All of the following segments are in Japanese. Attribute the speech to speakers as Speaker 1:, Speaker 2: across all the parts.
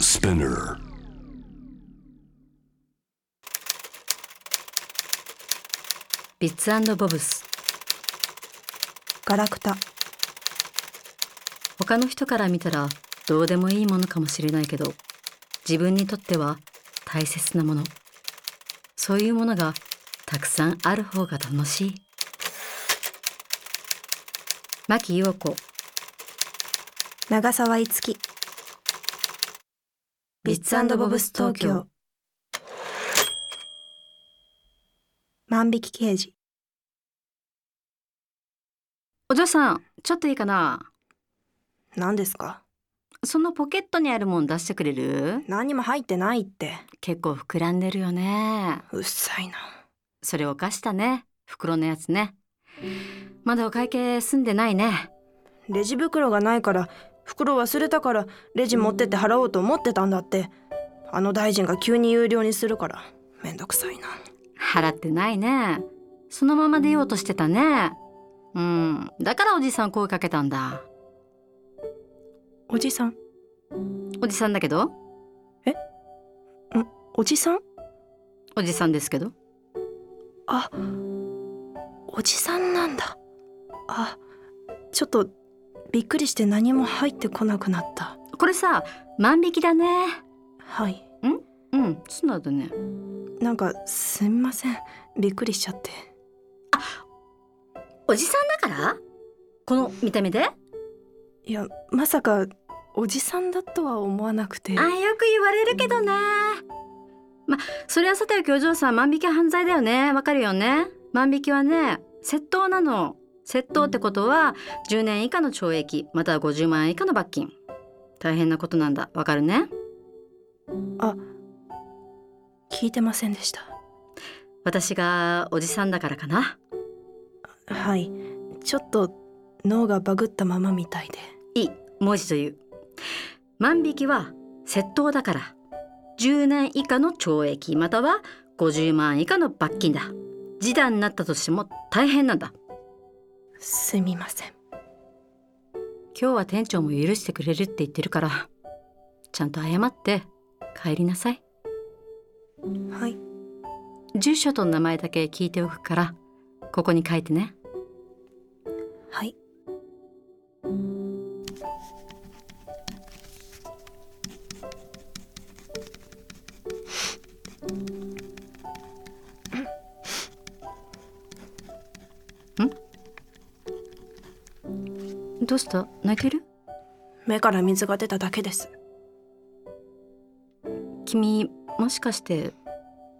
Speaker 1: Spinner.
Speaker 2: ビッツボブス
Speaker 3: ガラクタ
Speaker 2: 他の人から見たらどうでもいいものかもしれないけど自分にとっては大切なものそういうものがたくさんある方が楽しい牧陽子
Speaker 3: 長澤いつき
Speaker 2: ビッツボブス東京
Speaker 3: 万引き刑事
Speaker 2: お嬢さんちょっといいかな
Speaker 3: 何ですか
Speaker 2: そのポケットにあるもん出してくれる
Speaker 3: 何も入ってないって
Speaker 2: 結構膨らんでるよね
Speaker 3: うっさいな
Speaker 2: それお菓子だね袋のやつねまだお会計済んでないね
Speaker 3: レジ袋がないから袋忘れたからレジ持ってって払おうと思ってたんだってあの大臣が急に有料にするからめんどくさいな
Speaker 2: 払ってないねそのまま出ようとしてたねうんだからおじさん声かけたんだ
Speaker 3: おじさん
Speaker 2: おじさんだけど
Speaker 3: おじさん
Speaker 2: おじさんですけど
Speaker 3: あおじさんなんだあちょっとびっくりして何も入ってこなくなった
Speaker 2: これさ万引きだね
Speaker 3: はい
Speaker 2: うんそうなんだね
Speaker 3: なんかすみませんびっくりしちゃって
Speaker 2: おじさんだからこの見た目であ
Speaker 3: いやまさかおじさんだとは思わなくて
Speaker 2: よく言われるけどねまそれはさておきお嬢さん万引きは犯罪だよねわかるよね万引きはね窃盗なの窃盗ってことは10年以下の懲役または50万円以下の罰金大変なことなんだわかるね
Speaker 3: 聞いてませんでした
Speaker 2: 私がおじさんだからかな
Speaker 3: はいちょっと脳がバグったままみたいで
Speaker 2: いいもう一度言う万引きは窃盗だから10年以下の懲役または50万円以下の罰金だ示談になったとしても大変なんだ
Speaker 3: すみません
Speaker 2: 今日は店長も許してくれるって言ってるからちゃんと謝って帰りなさい
Speaker 3: はい
Speaker 2: 住所と名前だけ聞いておくからここに書いてね
Speaker 3: はい
Speaker 2: どうした泣いてる
Speaker 3: 目から水が出ただけです
Speaker 2: 君もしかして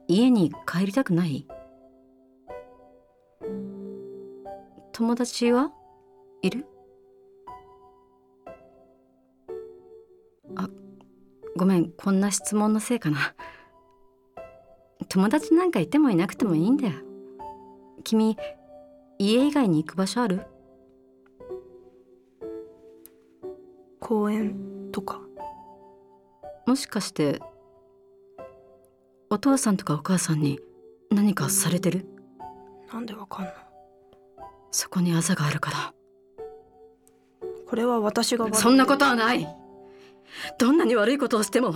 Speaker 2: 家に帰りたくない友達はいるあごめんこんな質問のせいかな友達なんかいてもいなくてもいいんだよ君家以外に行く場所ある
Speaker 3: 公園とか
Speaker 2: もしかしてお父さんとかお母さんに何かされてる
Speaker 3: なんでわかんない
Speaker 2: そこにあざがあるから
Speaker 3: これは私が悪い
Speaker 2: そんなことはないどんなに悪いことをしても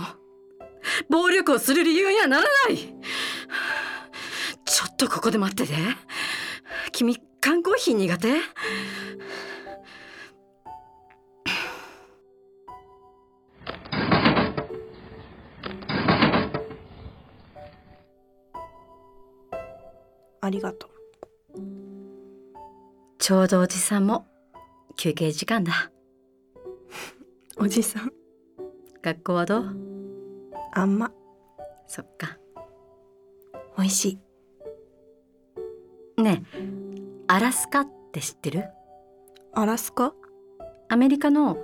Speaker 2: 暴力をする理由にはならないちょっとここで待ってて君缶コーヒー苦手
Speaker 3: ありがとう
Speaker 2: ちょうどおじさんも休憩時間だ
Speaker 3: おじさん
Speaker 2: 学校はどう
Speaker 3: あんま
Speaker 2: そっか
Speaker 3: 美味しい
Speaker 2: ねえアラスカって知ってる
Speaker 3: アラスカ
Speaker 2: アメリカの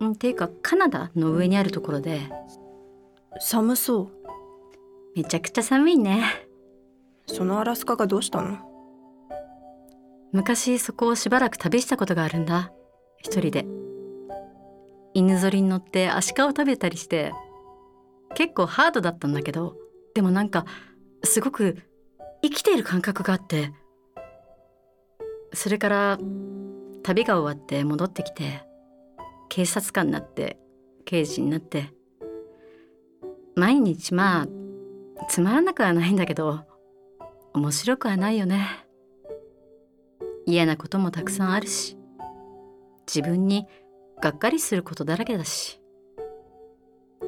Speaker 2: うんていうかカナダの上にあるところで
Speaker 3: 寒そう
Speaker 2: めちゃくちゃ寒いね
Speaker 3: そのアラスカがどうしたの
Speaker 2: 昔そこをしばらく旅したことがあるんだ一人で犬ぞりに乗ってアシカを食べたりして結構ハードだったんだけどでもなんかすごく生きている感覚があってそれから旅が終わって戻ってきて警察官になって刑事になって毎日まあつまらなくはないんだけど面白くはないよね嫌なこともたくさんあるし自分にがっかりすることだらけだし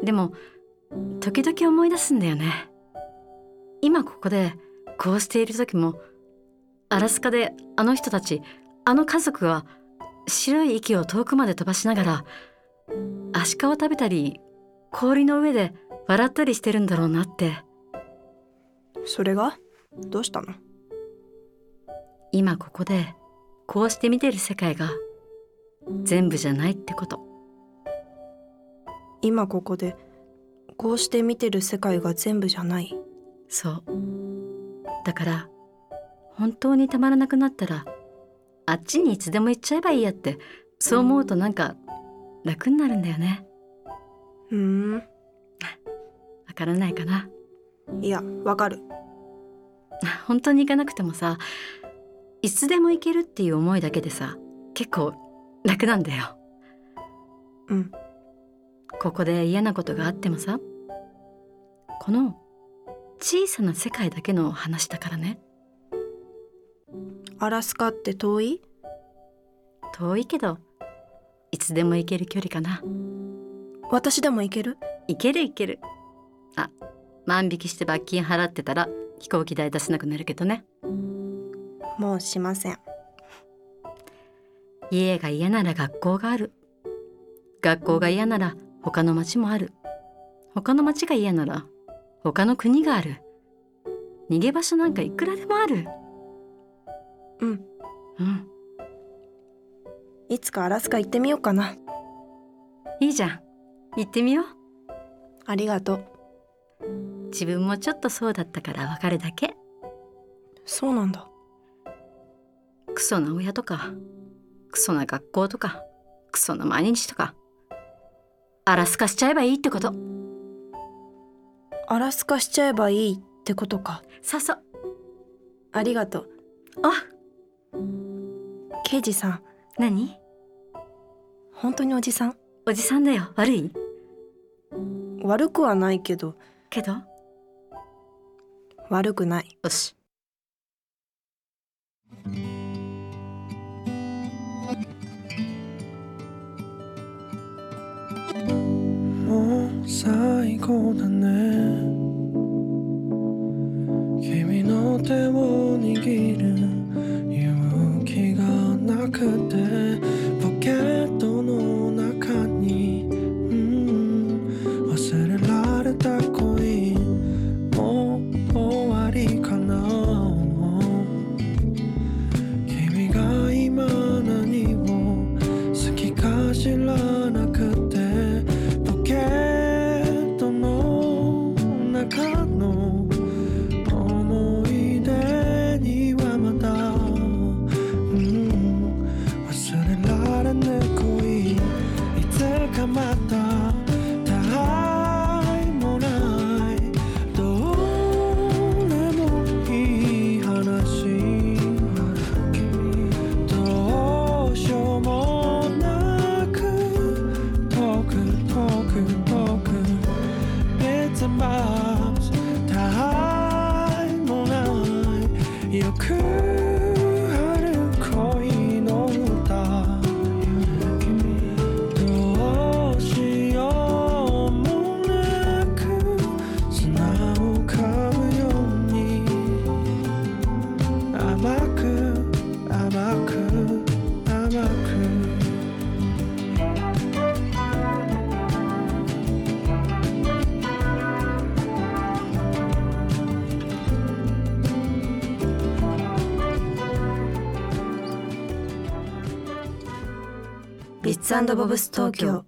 Speaker 2: でも時々思い出すんだよね今ここでこうしている時もアラスカであの人たちあの家族が白い息を遠くまで飛ばしながらアシカを食べたり氷の上で笑ったりしてるんだろうなって
Speaker 3: それがどうしたの
Speaker 2: 今ここでこうして見てる世界が全部じゃないってこと
Speaker 3: 今ここでこうして見てる世界が全部じゃない
Speaker 2: そうだから本当にたまらなくなったらあっちにいつでも行っちゃえばいいやってそう思うとなんか楽になるんだよね
Speaker 3: うーん
Speaker 2: わからないかない
Speaker 3: やわかる
Speaker 2: 本当に行かなくてもさいつでも行けるっていう思いだけでさ結構楽なんだよ
Speaker 3: うん
Speaker 2: ここで嫌なことがあってもさこの小さな世界だけの話だからね
Speaker 3: アラスカって遠い
Speaker 2: 遠いけどいつでも行ける距離かな
Speaker 3: 私でも行ける
Speaker 2: 行ける行けるあ万引きして罰金払ってたら飛行機代出せなくなるけどね
Speaker 3: もうしません
Speaker 2: 家が嫌なら学校がある学校が嫌なら他の町もある他の町が嫌なら他の国がある逃げ場所なんかいくらでもある
Speaker 3: うん
Speaker 2: うん
Speaker 3: いつかアラスカ行ってみようかない
Speaker 2: いじゃん行ってみよう
Speaker 3: ありがとう
Speaker 2: 自分もちょっとそうだったからわかるだけ
Speaker 3: そうなんだ
Speaker 2: クソな親とかクソな学校とかクソな毎日とかアラスカしちゃえばいいってこと
Speaker 3: アラスカしちゃえばいいってことか
Speaker 2: さそ
Speaker 3: ありがとう
Speaker 2: あ
Speaker 3: 刑事さん
Speaker 2: 何
Speaker 3: 本当におじさん
Speaker 2: おじさんだよ悪い
Speaker 3: 悪くはないけど
Speaker 2: けど
Speaker 3: 悪くない
Speaker 2: よし
Speaker 1: もう最高だね君の手を握る勇気がなくてポケットの中に、うん、忘れられた恋もう終わりかな君が今何を好きか知らなくてポケットの中の思い出にはまだ、うん、忘れられぬ恋いつかまた他愛もないどうでもいい話どうしようもなく遠く遠く遠く It's about time もないよくある恋の歌どうしようもなく砂を噛むように甘く甘く甘く
Speaker 3: ビッツボブス東京